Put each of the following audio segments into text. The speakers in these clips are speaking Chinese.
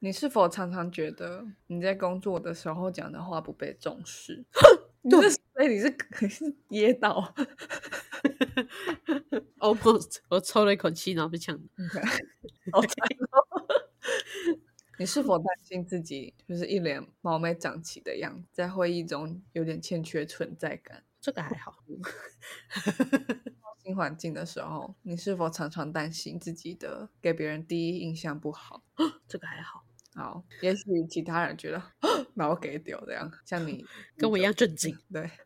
你是否常常觉得你在工作的时候讲的话不被重视？ 你对是所以你是你是噎到， Almost，我哦 抽了一口气，然后被呛。好惨哦 你是否担心自己就是一脸冒昧长齐的样子，在会议中有点欠缺存在感？这个还好，嗯新环境的时候，你是否常常担心自己的给别人第一印象不好？这个还好，好，也许其他人觉得 把我给丢这样，像你跟我一样震惊。对。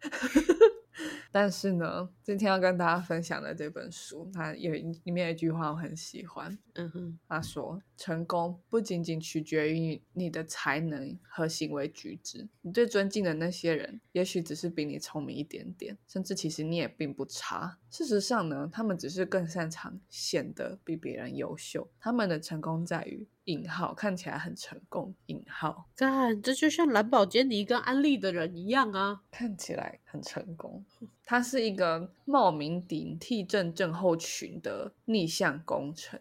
但是呢，今天要跟大家分享的这本书，它有一里面有一句话我很喜欢，嗯哼，他说：“成功不仅仅取决于你的才能和行为举止，你最尊敬的那些人，也许只是比你聪明一点点，甚至其实你也并不差。事实上呢，他们只是更擅长显得比别人优秀。他们的成功在于（引号）看起来很成功（引号干，这就像蓝宝坚尼跟安利的人一样啊！）看起来很成功。它是一个冒名顶替症症候群的逆向工程。”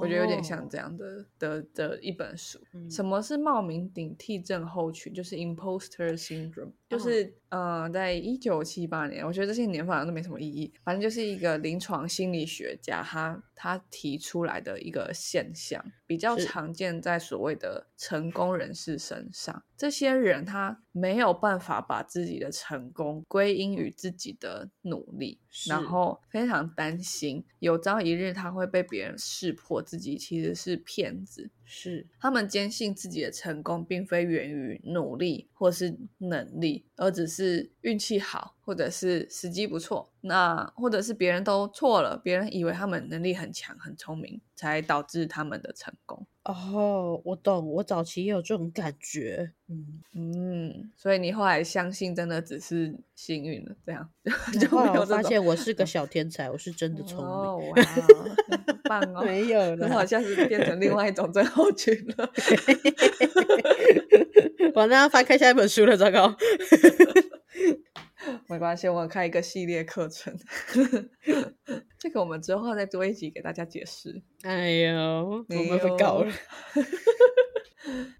我觉得有点像这样的的的一本书。哦嗯什么是冒名顶替症候群？就是 imposter syndrome，就嗯是、呃，在一九七八年，我觉得这些年反正都没什么意义，反正就是一个临床心理学家他他提出来的一个现象，比较是常见在所谓的成功人士身上。这些人他没有办法把自己的成功归因于自己的努力，然是后。后非常担心，有朝一日他会被别人识破自己其实是骗子。是他们坚信自己的成功并非源于努力或是能力，而只是运气好，或者是时机不错。那或者是别人都错了，别人以为他们能力很强、很聪明，才导致他们的成功。哦，我懂，我早期也有这种感觉。 嗯，嗯，所以你后来相信真的只是幸运了，这样 就然后没来有我这种发现我是个小天才，我是真的聪明。 哦，哇，很棒哦！没有那啦，好像是变成另外一种症候群了。完了要翻开下一本书了，糟糕。没关系，我有开一个系列课程， 这个我们之后再多一集给大家解释。 哎呦，我没们被搞 有了。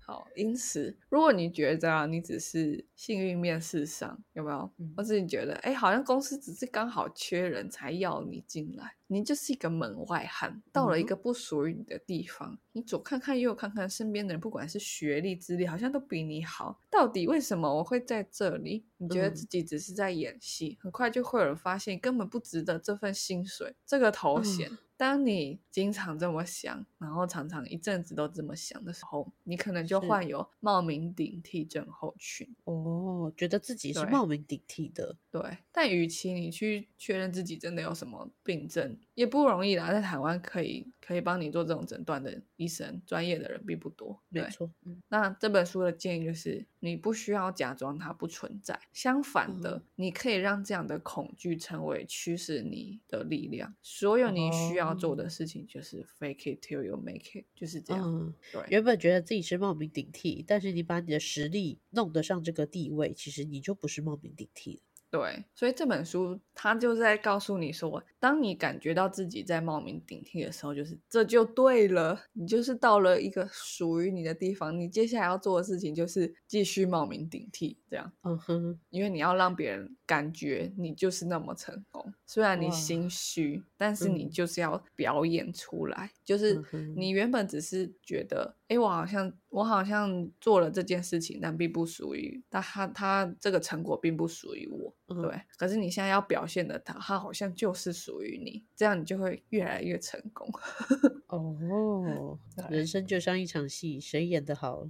好，因此，如果你觉得啊，你只是幸运面试上，有没有嗯？或者你觉得，哎、好像公司只是刚好缺人才要你进来，你就是一个门外汉，到了一嗯个不属于你的地方，你左看看右看看，身边的人不管是学历、资历，好像都比你好，到底为什么我会在这里？你觉得嗯自己只是在演戏，很快就会有人发现根本不值得这份薪水、这个头嗯 衔。当你经常这么想，然后常常一阵子都这么想的时候，你可能就是患有冒名顶替症候群。哦，觉得自己是对冒名顶替的。对，但与其你去确认自己真的有什么病症，也不容易啦。在台湾可以可以帮你做这种诊断的医生，专业的人并不多。没对，错，嗯那这本书的建议就是，你不需要假装它不存在，相反的，嗯你可以让这样的恐惧成为驱使你的力量。所有你需要做的哦事情就是 fake it till you make it，就是这样。嗯，对，原本觉得自己是冒名顶替，但是你把你的实力弄得上这个地位，其实你就不是冒名顶替了。对，所以这本书它就在告诉你说，当你感觉到自己在冒名顶替的时候，就是这就对了，你就是到了一个属于你的地方，你接下来要做的事情就是继续冒名顶替，这样。嗯哼，因为你要让别人感觉你就是那么成功，虽然你哇心虚，但是你嗯就是要表演出来，就是嗯哼你原本只是觉得，哎、我好像我好像做了这件事情，但并不属于，但他他这个成果并不属于我，嗯对。可是你现在要表现的他，他好像就是属于你，这样你就会越来越成功。哦，对 人生就像一场戏，谁演得 好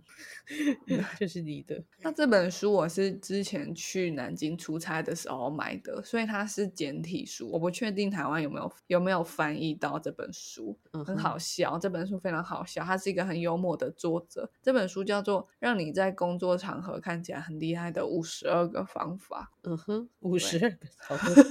就是你 的。那这本书我是之前去南京出差的时候买的，所以它是简体书，我不确定台湾有没有有没有翻译到这本书，嗯很哼好笑。这本书非常好笑，它是一个很幽默的作者。这本书叫做《让你在工作场合看起来很厉害的五十二个方法嗯哼，五十 二个好多》，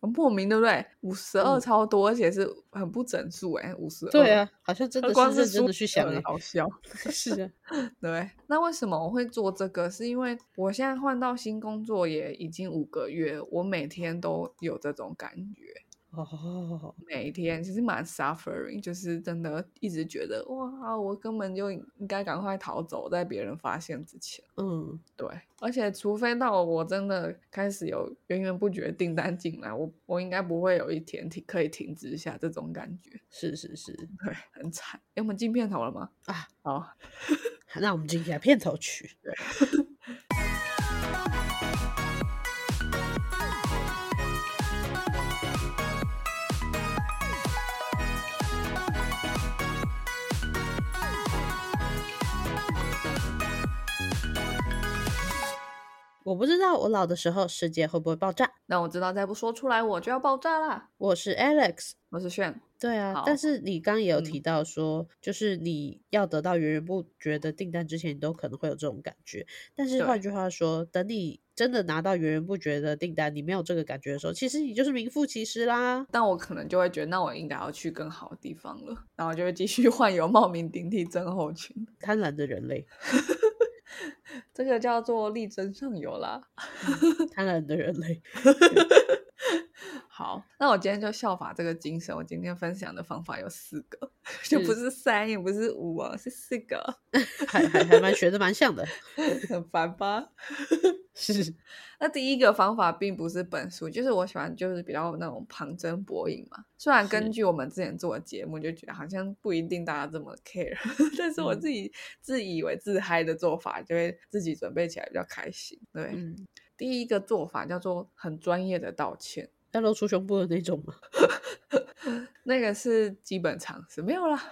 很莫名对不对？五十二嗯超多，而且是很不整数哎、五十二。对啊，，好像真的光是是认真书的去想哎、好笑。 是啊，对，那为什么我会做这个？是因为我现在换到新工作也已经五个月，我每天都有这种感觉。哦，每天其实蛮 suffering，就是真的一直觉得哇，我根本就应该赶快逃走，在别人发现之前。嗯，对，而且除非到我真的开始有源源不绝的订单进来，我我应该不会有一天停可以停止一下这种感觉，是是是对，很惨。诶我们进片头了吗？啊，好，那我们进一下片头曲。 我不知道我老的时候世界会不会爆炸。那我知道再不说出来我就要爆炸啦。我是 Alex，我是炫，对啊，好但是你刚刚也有嗯提到说，就是你要得到源源不绝的订单之前，你都可能会有这种感觉。但是对换句话说，等你真的拿到源源不绝的订单，你没有这个感觉的时候，其实你就是名副其实啦。但我可能就会觉得，那我应该要去更好的地方了，然后就会继续 患有冒名顶替症候群，贪婪的人类，这个叫做力争上游啦。贪婪的人类，好，那我今天就效法这个精神，我今天分享的方法有四个， 就不是三，也不是五哦，是四个， 还还还蛮学的蛮像的。很烦吧？是，那第一个方法并不是本书，就是我喜欢就是比较那种旁征博引嘛。虽然是根据我们之前做的节目，就觉得好像不一定大家这么 care，但 是我嗯自己自以为自嗨的做法，就会自己准备起来比较开心。对，嗯，第一个做法叫做很专业的道歉。要露出胸部的那种吗？那个是基本常识，没有 啦。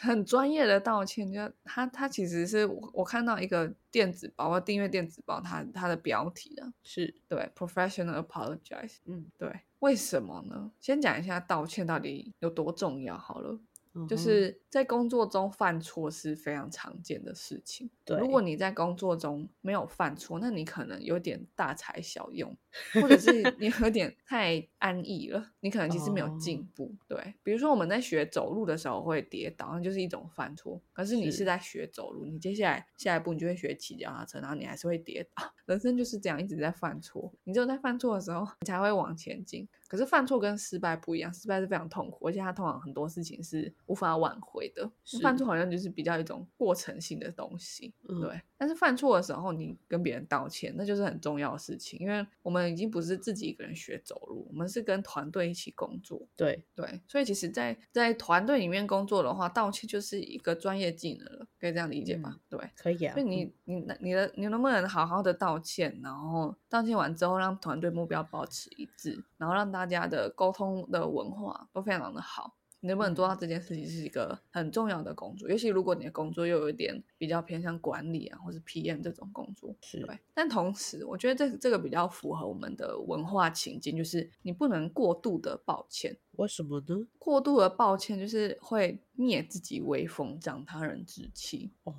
很专业的道歉，就他他其实是我我看到一个电子报，我订阅电子报，它它的标题啊，是，对，professional apologize，嗯，对，为什么呢？先讲一下道歉到底有多重要好了。嗯就哼是在工作中犯错是非常常见的事情。对，如果你在工作中没有犯错，那你可能有点大材小用，或者是你有点 太安逸了，你可能其实没有哦进步。对，比如说我们在学走路的时候会跌倒，那就是一种犯错。可是你是是在学走路，你接下来下一步你就会学骑脚踏车，然后你还是会跌倒。 人生就是这样，一直在犯错。你只有在犯错的时候，你才会往前进。可是犯错跟失败不一样，失败是非常痛苦，而且它通常很多事情是无法挽回的。是犯错好像就是比较一种过程性的东西。嗯对，但是犯错的时候，你跟别人道歉，那就是很重要的事情，因为我们已经不是自己一个人学走路，我们是跟团队一起工作。对，对，所以其实在，在团队里面工作的话，道歉就是一个专业技能了，可以这样理解吧？对，可以啊。所以你你你的你能不能好好的道歉，然后道歉完之后让团队目标保持一致，然后让大家的沟通的文化都非常的好。你能不能做到这件事情是一个很重要的工作，尤其如果你的工作又有一点比较偏向管理啊，或是 PM 这种工作，是对。但同时，我觉得这这个比较符合我们的文化情境，就是你不能过度的抱歉，为什么呢？过度的抱歉就是会灭自己威风，长他人志气。哦，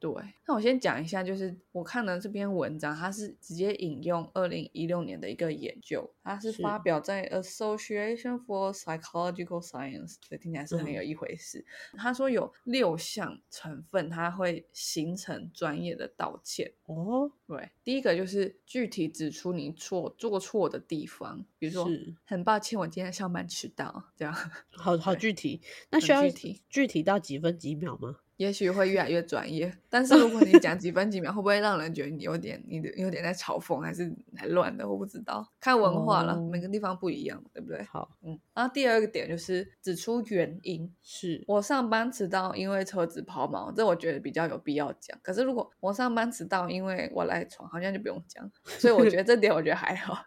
对，那我先讲一下，就是我看了这篇文章，它是直接引用二零一六年的一个研究，它是是发表在 Association for Psychological Science，这听起来是很嗯有一回事。他说有六项成分，它会形成专业的道歉。哦，对，第一个就是具体指出你错做错的地方，比如说是很抱歉，我今天上班迟到，这样好好对具体，那很需要具体具体到几分几秒吗？也许会越来越专业，但是如果你讲几分几秒，会不会让人觉得你有点、你的有点在嘲讽，还是来乱的？我不知道，看文化了，每哦个地方不一样，对不对？好，嗯。然后第二个点就是指出原因。是我上班迟到，因为车子抛锚，这我觉得比较有必要讲。可是如果我上班迟到，因为我赖床，好像就不用讲。所以我觉得这点我觉得还好。哦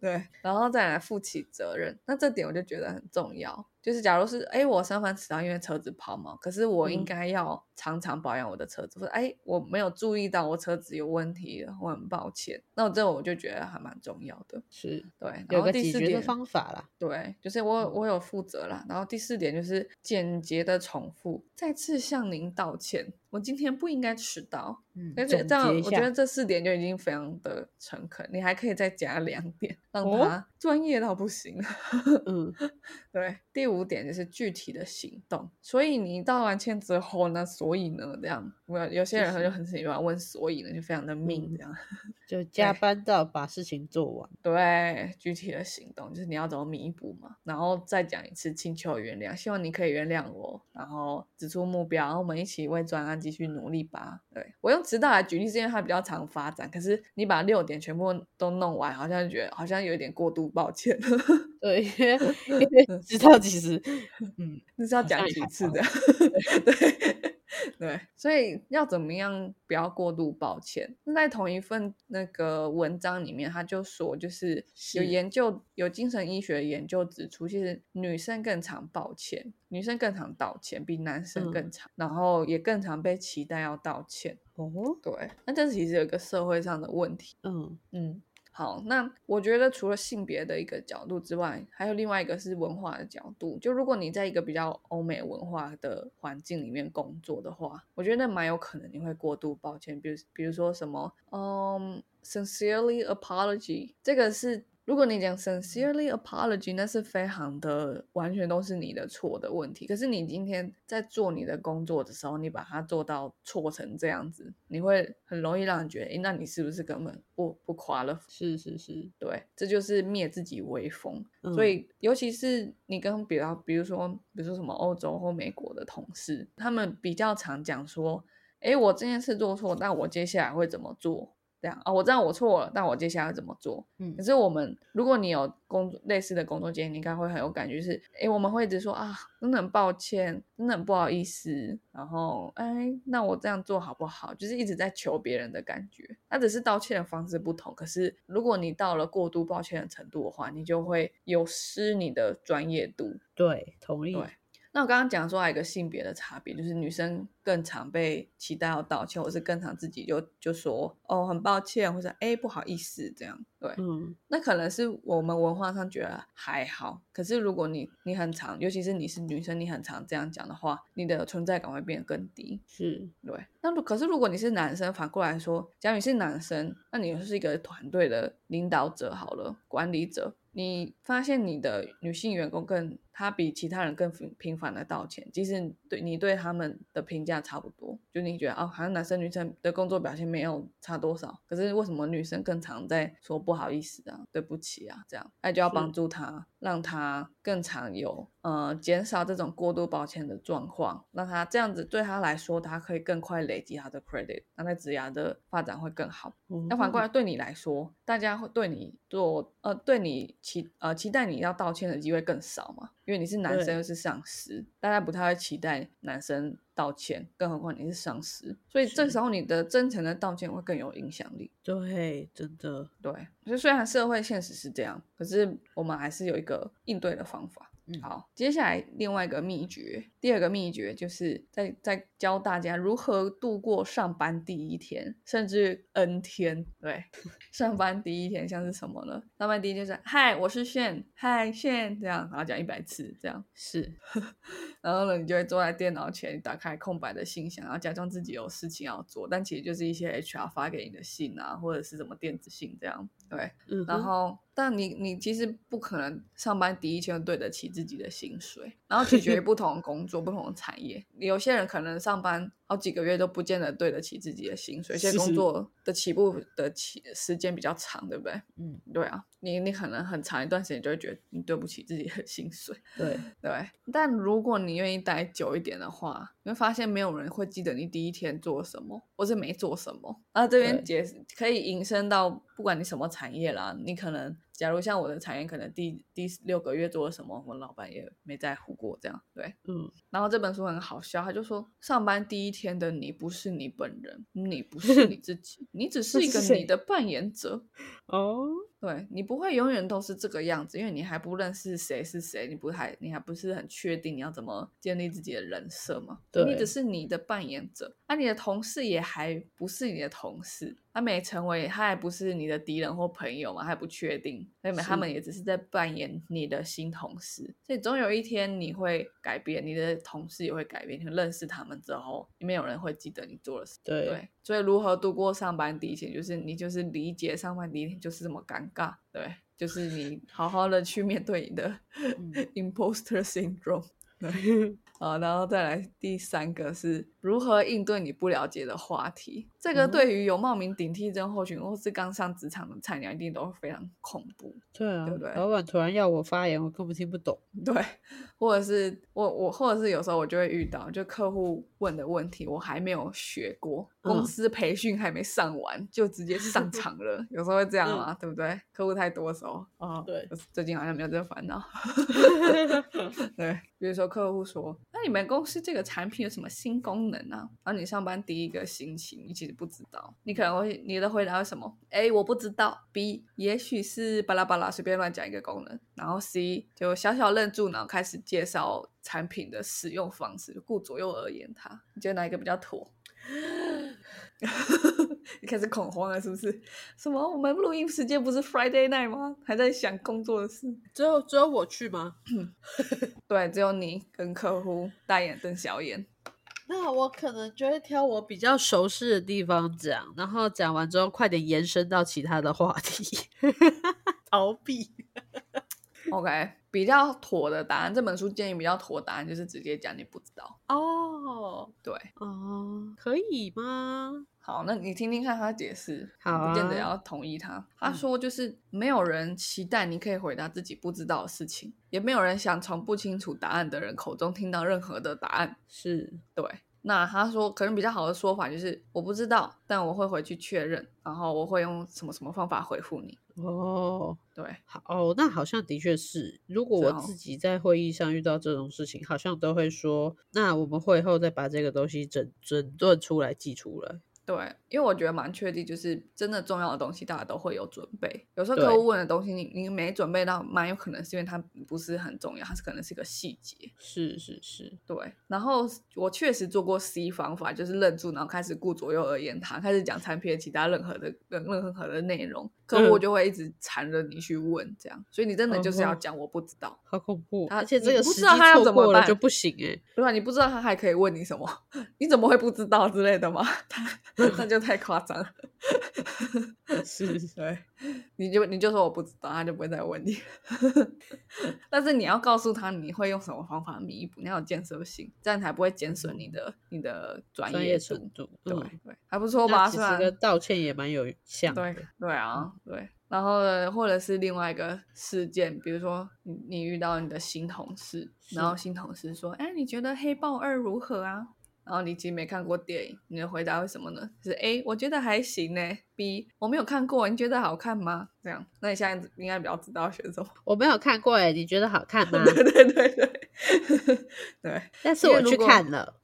对，然后再来负起责任，那这点我就觉得很重要。就是假如是哎，诶我上班迟到，因为车子抛锚，可是我应嗯该要常常保养我的车子。或者哎，我没有注意到我车子有问题了，我很抱歉。那我这我就觉得还蛮重要的。是，对，然有后个第解四决的点，方嗯法啦。对，就是我有我有负责啦。然后第四点就是简洁的重复，再次向您道歉，我今天不应该迟到。嗯，而且总这样，结一我觉得下，这四点就已经非常的诚恳，你还可以再加两点，让哦他专业到不 行。嗯，对，第五点就是具体的行动。所以你道完歉之后呢，所所以呢？这样，没有有些人他就很喜欢问所以呢，就非常的嗯命这样。就加班到把事情做完。对，具体的行动就是你要怎么弥补嘛，然后再讲一次请求原谅，希望你可以原谅我，然后指出目标，然后我们一起为专案继续努力吧。对我用指导来举例，是因为它比较常发展，可是你把六点全部都弄完，好像觉得好像有一点过度抱歉了，对，因 为因为知道其实，嗯，那是要好讲像也几还次好的？ 对。对， 所以要怎么样不要过度抱歉？那在同一份那个文章里面，他就说，就是有是研究，有精神医学研究指出，其实女生更常抱歉，女生更常道歉，比男生嗯更常，然后也更常被期待要道歉。哦，对，那这其实有一个社会上的问题，嗯，嗯，好，那我觉得除了性别的一个角度之外，还有另外一个是文化的角度。就如果你在一个比较欧美文化的环境里面工作的话，我觉得那蛮有可能你会过度抱歉，比如比如说什么，嗯、s i n c e r e l y apology，这个是。如果你讲 sincerely apology，那是非常的完全都是你的错的问题。可是你今天在做你的工作的时候，你把它做到错成这样子，你会很容易让人觉得，诶，那你是不是根本不不 qualify？是是是，对，这就是灭自己威风。所嗯以，尤其是你跟比较，比如说，比如说什么欧洲或美国的同事，他们比较常讲说：“诶，我这件事做错，那我接下来会怎么做？”这样啊、我知道我错了，但我接下来会怎么做？嗯可是我们，如果你有工作类似的工作经验，你应该会很有感觉是，诶，我们会一直说啊，真的很抱歉，真的很不好意思，然后，哎，那我这样做好不好？就是一直在求别人的感觉。那只是道歉的方式不同，可是如果你到了过度抱歉的程度的话，你就会有失你的专业度。对，同意，对那我刚刚讲说还有一个性别的差别，就是女生更常被期待要道歉，或是更常自己就就说哦很抱歉，或者哎不好意思这样。对，嗯，那可能是我们文化上觉得还好，可是如果你你很常，尤其是你是女生，你很常这样讲的话，你的存在感会变得更低。是，对，那如可是如果你是男生，反过来说，假如你是男生，那你就是一个团队的领导者好了，管理者，你发现你的女性员工更，她比其他人更频频繁的道歉，即使对你对他们的评价差不多，就你觉得哦，好像男生女生的工作表现没有差多少，可是为什么女生更常在说不好意思啊、对不起啊这样，那就要是帮助她，让她更常有呃减少这种过度抱歉的状况，让她这样子对她来说，她可以更快累积她的 credit，让她职涯的发展会更好。那反过哦来对你来说，大家会对你做呃，对你期呃期待你要道歉的机会更少嘛？因为你是男生对又是上司，大家不太会期待男生道歉，更何况你是上司，所以这是时候你的真诚的道歉会更有影响力。对，真的，对，所以虽然社会现实是这样，可是我们还是有一个应对的方法。嗯好，接下来另外一个秘诀，第二个秘诀就是在在教大家如何度过上班第一天，甚至 N 天。对， 上班第一天像是什么呢？上班第一天就是嗨，我是炫，嗨炫这样，然后讲一百次这样。是，然后呢，你就会坐在电脑前，打开空白的信箱，然后假装自己有事情要做，但其实就是一些 HR 发给你的信啊，或者是什么电子信这样。对，嗯然哼后，但你你其实不可能上班第一天就对得起自己的薪水，然后取 决于不同的工作、不同的产业，有些人可能上班好几个月都不见得对得起自己的薪水，有些是工作的起步的起时间比较长，对不对？嗯，对啊，你你可能很长一段时间就会觉得你对不起自己的薪水。对，对，但如果你愿意待久一点的话，你会发现没有人会记得你第一天做什么，或是没做什么。啊，这边对解释可以引申到不管你什么产业啦，你可能假如像我的产业，可能第第六个月做了什么，我老板也没在乎过这样。对， 嗯，然后这本书很好笑，他就说，上班第一天的你不是你本人，你不是 你自己，你只是那一是个谁你的扮演者。哦，对你不会永远都是这个样子，因为你还不认识谁是谁，你不还你还不是很确定你要怎么建立自己的人设嘛？你只对是你的扮演者，那、你的同事也还不是你的同事，他没成为，他还不是你的敌人或朋友嘛，还不确定，所以他是们也只是在扮演你的新同事，所以总有一天你会改变，你的同事也会改变，你认识他们之后，没有人会记得你做了什么。对，对，所以如何度过上班第一天，就是你就是理解上班第一天就是这么尴尬，对，就是你好好的去面对你的嗯 imposter syndrome，好，然后再来第三个是如何应对你不了解的话题。这个对于有冒名顶替症候群或是刚上职场的菜鸟，一定都非常恐怖。对啊，对不对老板突然要我发言，我根本听不懂。对，或者是我我或者是有时候我就会遇到，就客户问的问题我还没有学过，公嗯司培训还没上完、就直接上场了，有时候会这样嘛，对不对？客户太多的时候，哦，对，最近好像没有这个烦恼。对，比如说客户说，那你们公司这个产品有什么新功能啊？然后你上班第一个星期，你其实不知道，你可能会你的回答是什么？A 我不知道，B 也许是巴拉巴拉随便乱讲一个功能，然后 C 就小小愣住，然后开始介绍产品的使用方式，顾左右而言他，你觉得哪一个比较妥？ 你开始恐慌了是不是？什么？我们录音时间不是 Friday night 吗？还在想工作的事。只有只有我去吗？对，只有你跟客户大眼瞪小眼。那我可能就会挑我比较熟悉的地方讲，然后讲完之后快点延伸到其他的话题， 逃避。 OK，比较妥的答案，这本书建议比较妥的答案就是直接讲你不知道。哦对，哦，可以吗？好，那你听听看他解释，好啊不见得要同意他。他嗯说就是没有人期待你可以回答自己不知道的事情，也没有人想从不清楚答案的人口中听到任何的答案。是，对，那他说可能比较好的说法就是我不知道，但我会回去确认，然后我会用什么什么方法回复你。哦，对，好哦，那好像的确是，如果是我哦自己在会议上遇到这种事情，好像都会说，那我们会后再把这个东西整整顿出来记出来。对，因为我觉得蛮确定，就是真的重要的东西，大家都会有准备。有时候对客户问的东西，你你没准备到，蛮有可能是因为它不是很重要，它是可能是一个细节。是是是，对，然后我确实做过 C 方法，就是愣住，然后开始顾左右而言他，开始讲产品的其他任何的任任何的内容，客户嗯就会一直缠着你去问，这样，所以你真的就是要哦吼讲我不知道，好恐怖，他而且啊这你个不时知道机他要错怎么过了办就不行哎、对啊吧？你不知道他还可以问你什么，你怎么会不知道之类的吗？ 那就太夸张了。 是，对， 你就你就说我不知道，他就不会再问你。 但是你要告诉他你会用什么方法弥补，你要有建设性，这样才不会减损你的你的专嗯专业业度。程度，对、嗯，对，还不错那吧？其虽实然跟道歉也蛮有像的，对对嗯啊，对。然后呢或者是另外一个事件，比如说你你遇到你的新同事，然后是新同事说：“哎，你觉得《黑豹二》如何啊？”然后你其实没看过电影，你的回答会什么呢？是 A，我觉得还行呢。B，我没有看过，你觉得好看吗？这样，那你现在应该比较知道选什么。 我没有看过哎、你觉得好看吗？对对对 对 对，但是因为我如去果看了，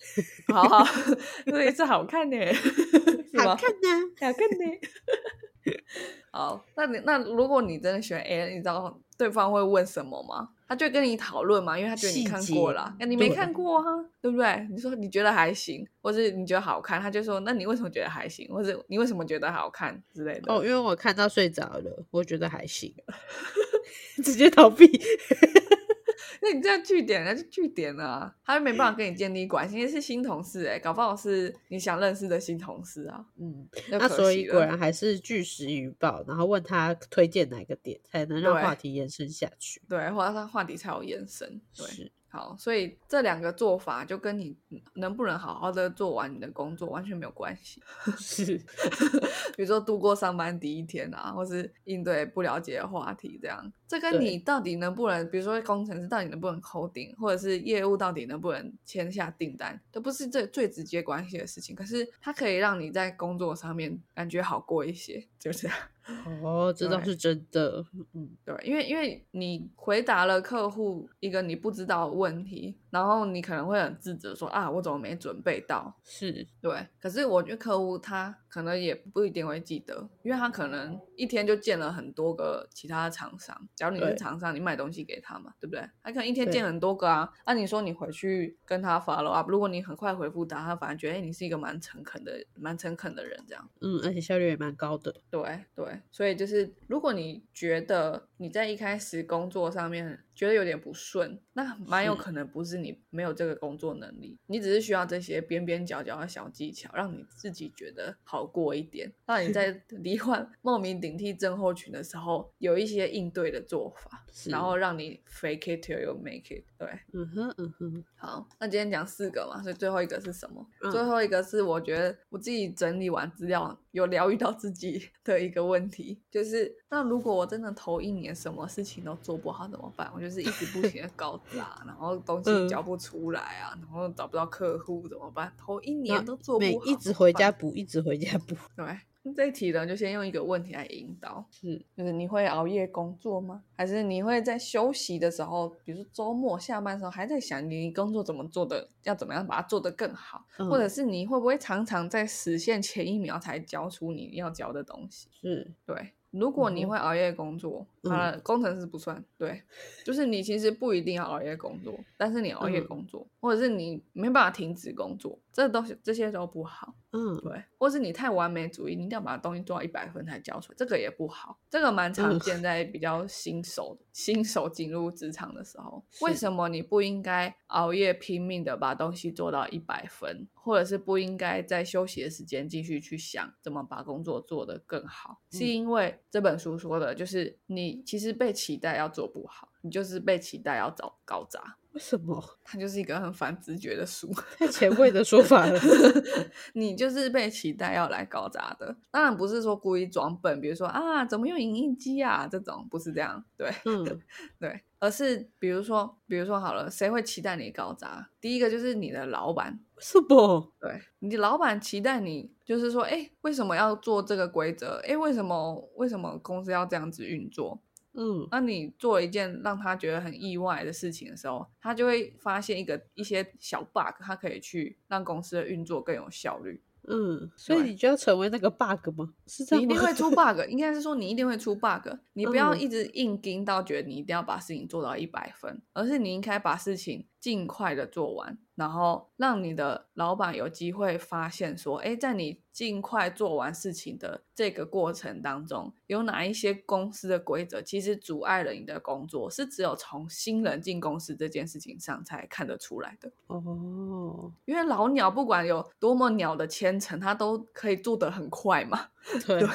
好好， 对，是好看 呢，是好吧？看啊呢、两个呢。 好，那你那如果你真的选 A，你知道对方会问什么吗？他就会跟你讨论嘛，因为他觉得你细看节过了，哎，你没对看过啊，对不对？你说你觉得还行，或是你觉得好看，他就说那你为什么觉得还行，或者你为什么觉得好看之类的。哦，因为我看到睡着了，我觉得 还行，直接逃避。那你这样据点，那就据点啊，他就没办法跟你建立关系，因为是新同事哎、搞不好是你想认识的新同事啊，嗯，那那可所惜以果了然还是据实以报，然后问他推荐哪个点，才能让对话题延伸下去。对，或者他话题才有延伸，对。是，好，所以这两个做法就跟你能不能好好的做完你的工作完全没有关系。 是，比如说度过上班第一天啊，或是应对不了解的话题，这样，这跟对你到底能不能，比如说工程师到底能不能 coding，或者是业务到底能不能签下订单，都不是这最直接关系的事情。可是它可以让你在工作上面感觉好过一些，就这样。哦，这倒对是真的。嗯，对，因为因为你回答了客户一个你不知道的问题，然后你可能会很自责说啊，我怎么没准备到？是，对，可是我觉得客户他可能也不一定会记得，因为他可能一天就见了很多个其他的厂商。假如你是对厂商，你卖东西给他嘛，对不对？他可能一天对见很多个啊。那、你说你回去跟他 follow up，如果你很快回复他，他反而觉得、哎你是一个蛮诚恳的、蛮诚恳的人这样。嗯，而且效率也蛮高的。对对，所以就是如果你觉得你在一开始工作上面觉得有点不顺，那蛮有是可能不是你没有这个工作能力，你只是需要这些边边角角的小技巧，让你自己觉得好过一点，让你在 罹患冒名顶替症候群的时候有一些应对的做法，是然后让你 fake it till you make it。对，嗯哼嗯哼，好，那今天讲四个嘛，所以最后一个是什么？嗯最后一个是我觉得我自己整理完资料，有疗愈到自己 的一个问题，就是那如果我真的头一年什么事情都做不好怎么办？我就是一直不停的搞砸， 然后东西嗯交不出来啊，然后找不到客户怎么办？头一年那都做不每好，一直回家。补，一直回家补，对，那这一题呢，就先用一个问题来引导，是就是你会熬夜工作吗？还是你会在休息的时候，比如说周末下班的时候，还在想你工作怎么做的，要怎么样把它做得更好？或者嗯是你会不会常常在实现前一秒才交出你要交的东西？是对，如果你嗯哼会熬夜工作，嗯好了，工程师不算。对，就是你其实不一定要熬夜工作，但是你熬夜嗯工作，或者是你没办法停止工作，这都是这些都不好。嗯对，或是你太完美主义，你一定要把东西做到一百分才交出来，这个也不好。这个蛮常嗯见在比较新手、新手进入职场的时候。为是什么你不应该熬夜拼命的把东西做到一百分，或者是不应该在休息的时间继续去想怎么把工作做得更好？是嗯因为这本书说的，就是你其实被期待要做不好，你就是被期待要找搞砸。为什么？ 它就是一个很反直觉的书。太前卫的说法了，你就是被期待要来搞砸的。当然不是说故意装笨，比如说啊，怎么用影印机啊这种，不是这样，对 嗯对，而是比如说，比如说好了，谁会期待你搞砸？第一个就是你的老板，为什么？对你的老板期待你，就是说，哎，为什么要做这个规则？哎，为什么为什么公司要这样子运作？嗯那你做一件让他觉得很意外的事情的时候，他就会发现一个一些小 bug，他可以去让公司的运作更有效率。嗯，所以对你就要成为那个 bug 吗？是这你样一吗定？会 出 bug，应该是说你一定会出 bug，你不要嗯一直硬盯到觉得你一定要把事情做到一百分，而是你应该把事情尽快的做完，然后让你的老板有机会发现说，哎，在你尽快做完事情的这个过程当中，有哪一些公司的规则其实阻碍了你的工作，是只有从新人进公司这件事情上才看得出来的。哦，因为老鸟不管有多么鸟的千层，它都可以做得很快嘛。对对，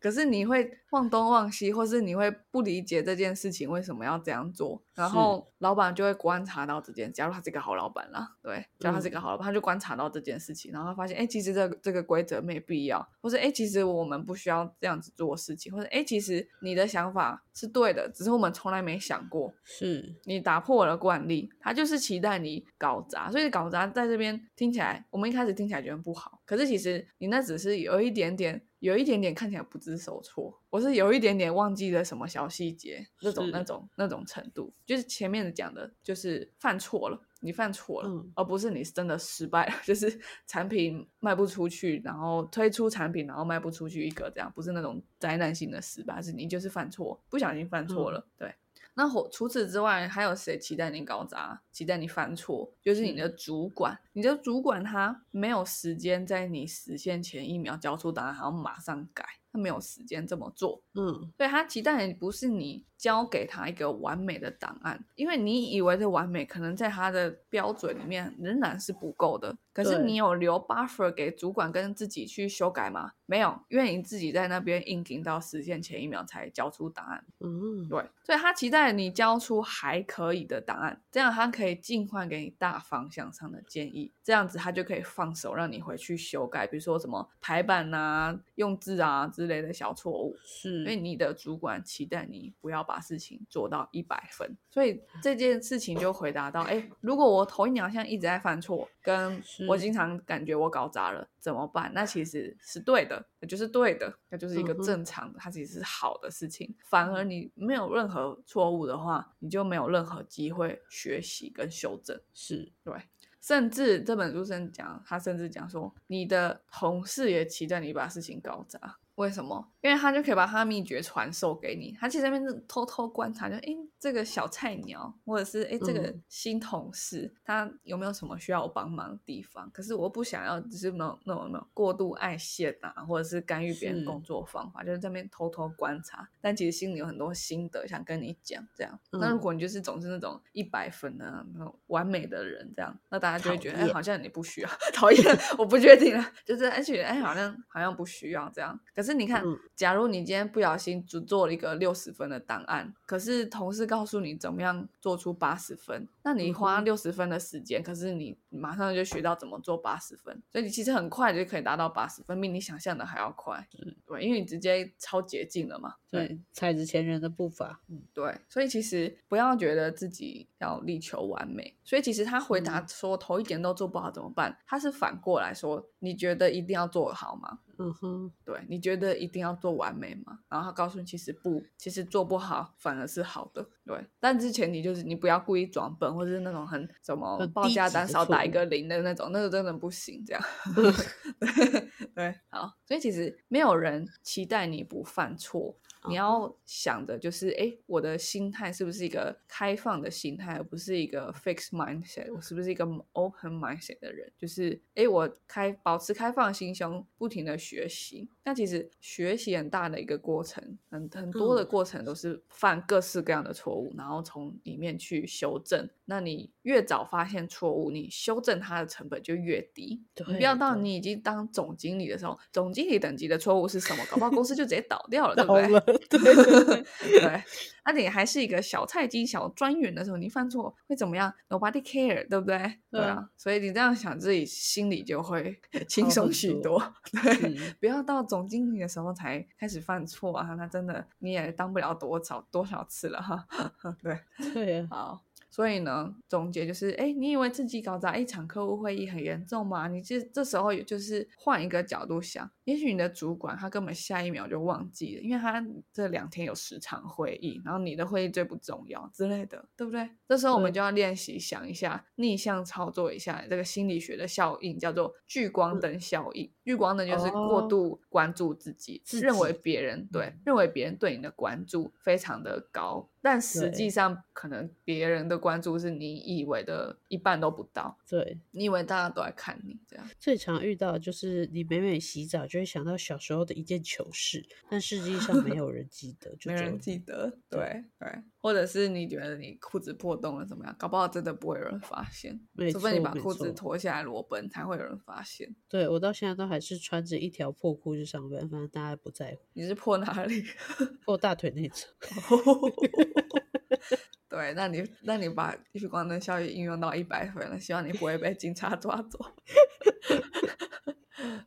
可是你会忘东忘西，或是你会不理解这件事情为什么要这样做，然是后老板就会观察到这件。假如他是一个好老板啦，对，假如他是一个嗯好老板，他就观察到这件事情，然后他发现，哎，其实这个这个规则没必要，或是哎，诶其实我们不需要这样子做事情，或者哎，诶其实你的想法是对的，只是我们从来没想过。是你打破了惯例，他就是期待你搞砸，所以搞砸在这边听起来，我们一开始听起来觉得不好，可是其实你那只是有一点点，有一点点看起来不知所措，我是有一点点忘记了什么小细节，那种是那种那种程度，就是前面讲的，就是犯错了，你犯错了，嗯而不是你真的失败了， 就是产品卖不出去，然后推出产品，然后卖不出去一个这样，不是那种灾难性的失败，是你就是犯错，不小心犯错嗯了，对。那或除此之外，还有谁期待你搞砸，期待你犯错？就是你的主管，你的主管他没有时间在你实现前一秒交出答案，还要马上改，他没有时间这么做。嗯对他期待的不是你交给他一个完美的档案，因为你以为的完美，可能在他的标准里面仍然是不够的。可是对你有留 buffer 给主管跟自己去修改吗？没有，因为你自己在那边硬盯到实现前一秒才交出答案。嗯对，所以他期待你交出还可以的答案，这样他可以尽快给你大方向上的建议，这样子他就可以放手让你回去修改，比如说什么排版啊、用字啊之类的小错误。因是为你的主管期待你不要把事情做到一百分，所以这件事情就回答到：哎，如果我头一年好像一直在犯错，跟是我经常感觉我搞砸了怎么办？那其实是对的，那就是对的，那就是一个嗯哼正常的，它其实是好的事情。反而你没有任何错误的话，你就没有任何机会学习跟修正。是对，甚至这本书甚至讲，他甚至讲说，你的同事也期待你把事情搞砸。为什么？因为他就可以把他的秘诀传授给你。他其实在那边偷偷观察，就诶这个小菜鸟，或者是诶这个嗯新同事，他有没有什么需要我帮忙的地方？可是我不想要，只是那种那种那种过度爱现啊，或者是干预别人是工作方法，就是在那边偷偷观察。但其实心里有很多心得想跟你讲，这样。那如嗯果你就是总是那种一百分的、啊、那种完美的人，这样，那大家就会讨觉得哎，厌好像你不需要， 讨厌，我不确定了，就是而且哎，好像好像不需要这样。可是你看，嗯假如你今天不小心只做了一个六十分的档案，可是同事告诉你怎么样做出八十分，那你花嗯哼六十分的时间，可是你马上就学到怎么做八十分，所以你其实很快就可以达到八十分，比你想象的还要快。对，因为你直接超捷径了嘛。对，踩着前人的步伐，嗯对，所以其实不要觉得自己要力求完美。所以其实他回答嗯说头一点都做不好怎么办？他是反过来说，你觉得一定要做好吗？嗯哼，对，你觉得一定要做完美吗？然后他告诉你，其实不，其实做不好反而是好的。对，但之前提就是你不要故意装笨，或者是那种很什么很报低价级单的少打错一误个零的那种，那个真的不行。这样，嗯 对，好，所以其实没有人期待你不犯错，嗯你要想的就是，哎，我的心态是不是一个开放的心态，而不是一个 fixed mindset？我是不是一个嗯 open mindset 的人？就是，哎，我开保持开放的心胸，不停的学习。那其实学习很大的一个过程，很很多的嗯过程都是犯各式各样的错误，然后从里面去修正。那你越早发现错误，你修正它的成本就越低。你不要对到对你已经当总经理的时候，总经理等级的错误是什么？搞不好公司就直接倒掉 了，对不到对？了，对 对对对，那你还是一个小菜鸡、小专员的时候，你犯错会怎么样？Nobody care，对不对？对啊，所以你这样想，自己心里就会轻好松很许多多。 对，嗯不要到总经理的时候才开始犯错啊，那真的你也当不了多少多少次了哈。对，对啊，好，所以呢，总结就是，哎，你以为自己搞砸一场客户会议很严重吗？你这这时候也就是换一个角度想，也许你的主管他根本下一秒就忘记了，因为他这两天有十场会议，然后你的会议最不重要之类的，对不对？这时候我们对就要练习想一下，逆向操作一下这个心理学的效应，叫做聚光嗯灯效应。聚光灯就是过哦度关注自己，自认为己别人对嗯认为别人对你的关注非常的高，但实际对上可能别人的关注是你以为的一半都不到，对，你以为大家都在看你这样。最常遇到的就是你每每洗澡就会想到小时候的一件糗事，但实际上没有人记得，就没只人有记得，对对对，或者是你觉得你裤子破洞了怎么样？搞不好真的不会有人发现，没除非你错把没裤子错脱下来裸奔，才会有人发现对我到现在都还是穿着一条破裤去上班，反正大家不在乎。你是破哪里。破大腿内侧，对，那你那你把聚光灯效应应用到一百分了，希望你不会被警察抓走。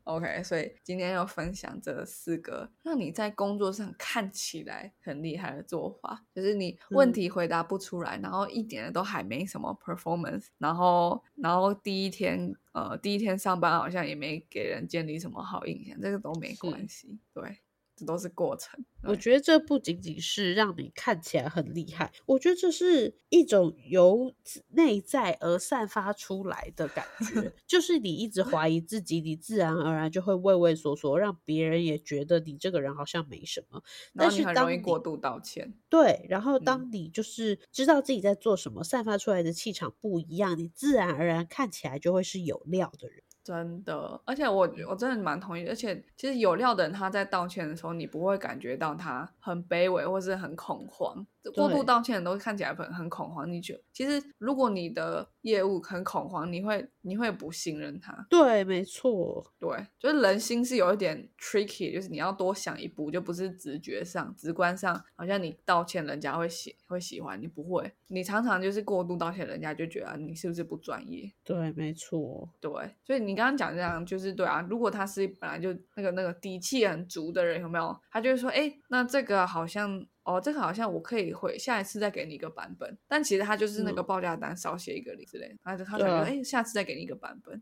OK，所以今天要分享这四个让你在工作上看起来很厉害的做法，就是你问嗯题回答不出来，然后一点都还没什么 performance，然后然后第一天呃第一天上班好像也没给人建立什么好印象，这个都没是关系，对，这都是过程。我对觉得这不仅仅是让你看起来很厉害，我觉得这是一种由自内在而散发出来的感 觉，就是你一直怀疑自己，你自然而然就会畏畏缩缩，让别人也觉得你这个人好像没什么。然但后你是很当容易你过度道歉。对，然后嗯当你就是知道自己在做什么，散发出来的气场不一样，你自然而然看起来就会是有料的人。真的，而且我我真的蛮同意，而且其实有料的人他在道歉的时候，你不会感觉到他很卑微或是很恐慌。过度对道歉的人都看起来很很恐慌，你觉其实如果你的业务很恐慌，你会你会不信任他。对，没错，对，就是人心是有一点 tricky，就是你要多想一步，就不是直觉上、直观上，好像你道歉人家会喜会喜欢你，不会，你常常就是过度道歉，人家就觉得啊你是不是不专业。对，没错，对，所以你刚刚讲这样就是对啊。如果他是本来就那个那个底气很足的人，有没有？他就会说，哎，那这个好像哦，这个好像我可以回下一次再给你一个版本。但其实他就是那个嗯报价单少写一个零之类的，他就他对想说，啊哎、下次再给你一个版本。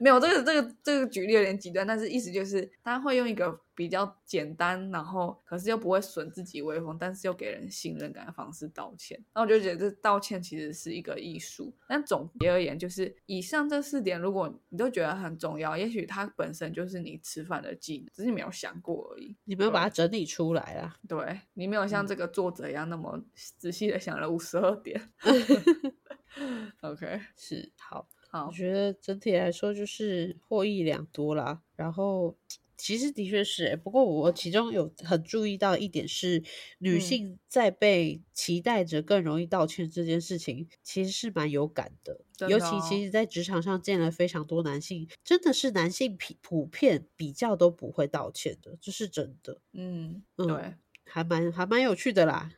没有这个这个这个举例有点极端，但是意思就是他会用一个比较简单，然后可是又不会损自己威风，但是又给人信任感的方式道歉。那我就觉得这道歉其实是一个艺术。但总结而言，就是以上这四点，如果你都觉得很重要，也许它本身就是你吃饭的技能，只是你没有想过而已。你没有把它整理出来啦。对你没有像嗯这个作者一样那么仔细的想了五十二 点。OK，是，好，好我，觉得整体来说就是获益良多啦。然后，其实的确是欸、不过我其中有很注意到一点是，女嗯性在被期待着更容易道歉这件事情，其实是蛮有感的。真尤的其哦其实，在职场上见了非常多男性，真的是男性普普遍比较都不会道歉的，这是真的。嗯，嗯对。还蛮还蛮有趣的啦，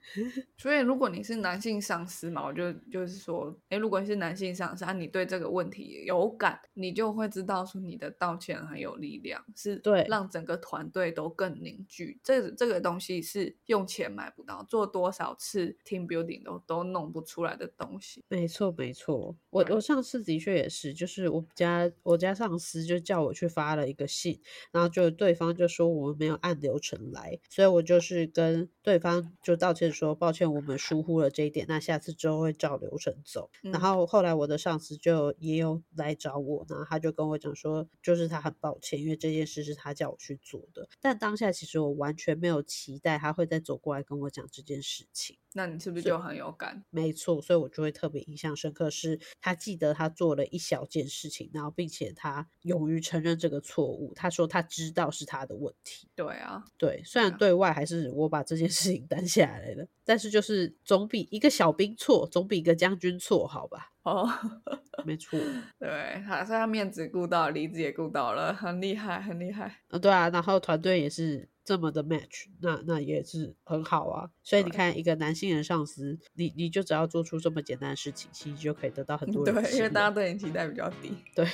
所以，如果你是男性上司嘛，我就就是说，诶，如果你是男性上司，啊，你对这个问题有感，你就会知道说你的道歉很有力量，是对让整个团队都更凝聚。这这个东西是用钱买不到，做多少次 team building 都都弄不出来的东西。没错，没错，我对我上次的确也是，就是我们家我家上司就叫我去发了一个信，然后就对方就说我们没有按流程来，所以我就是跟对方就道歉说抱歉，我们疏忽了这一点，那下次之后会照流程走。嗯然后后来我的上司就也有来找我，然后他就跟我讲说，就是他很抱歉，因为这件事是他叫我去做的，但当下其实我完全没有期待他会再走过来跟我讲这件事情。那你是不是是就很有感？没错，所以我就会特别印象深刻，是他记得他做了一小件事情，然后并且他勇于承认这个错误。他说他知道是他的问题，对啊，对，虽然啊对外还是我把这件事情 担下来了，但是就是总比一个小兵错，总比一个将军错好吧？哦， 没 错，对，还是他面子顾到，里子也顾到了，很厉害，很厉害。啊，对啊，然后团队也是这么的 match，那那也是很好啊。所以你对看，一个男性人上司，你你就只要做出这么简单的事情，其实就可以得到很多人的嗯哎对，因信为大家任对你期待比较低。对，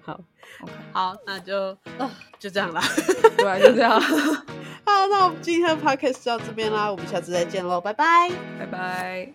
好。 OK，好，那就啊，就这样啦。对啊，就这样， 好，那我们今天的 podcast 就到这边啦，我们下次再见喽，拜拜。拜拜。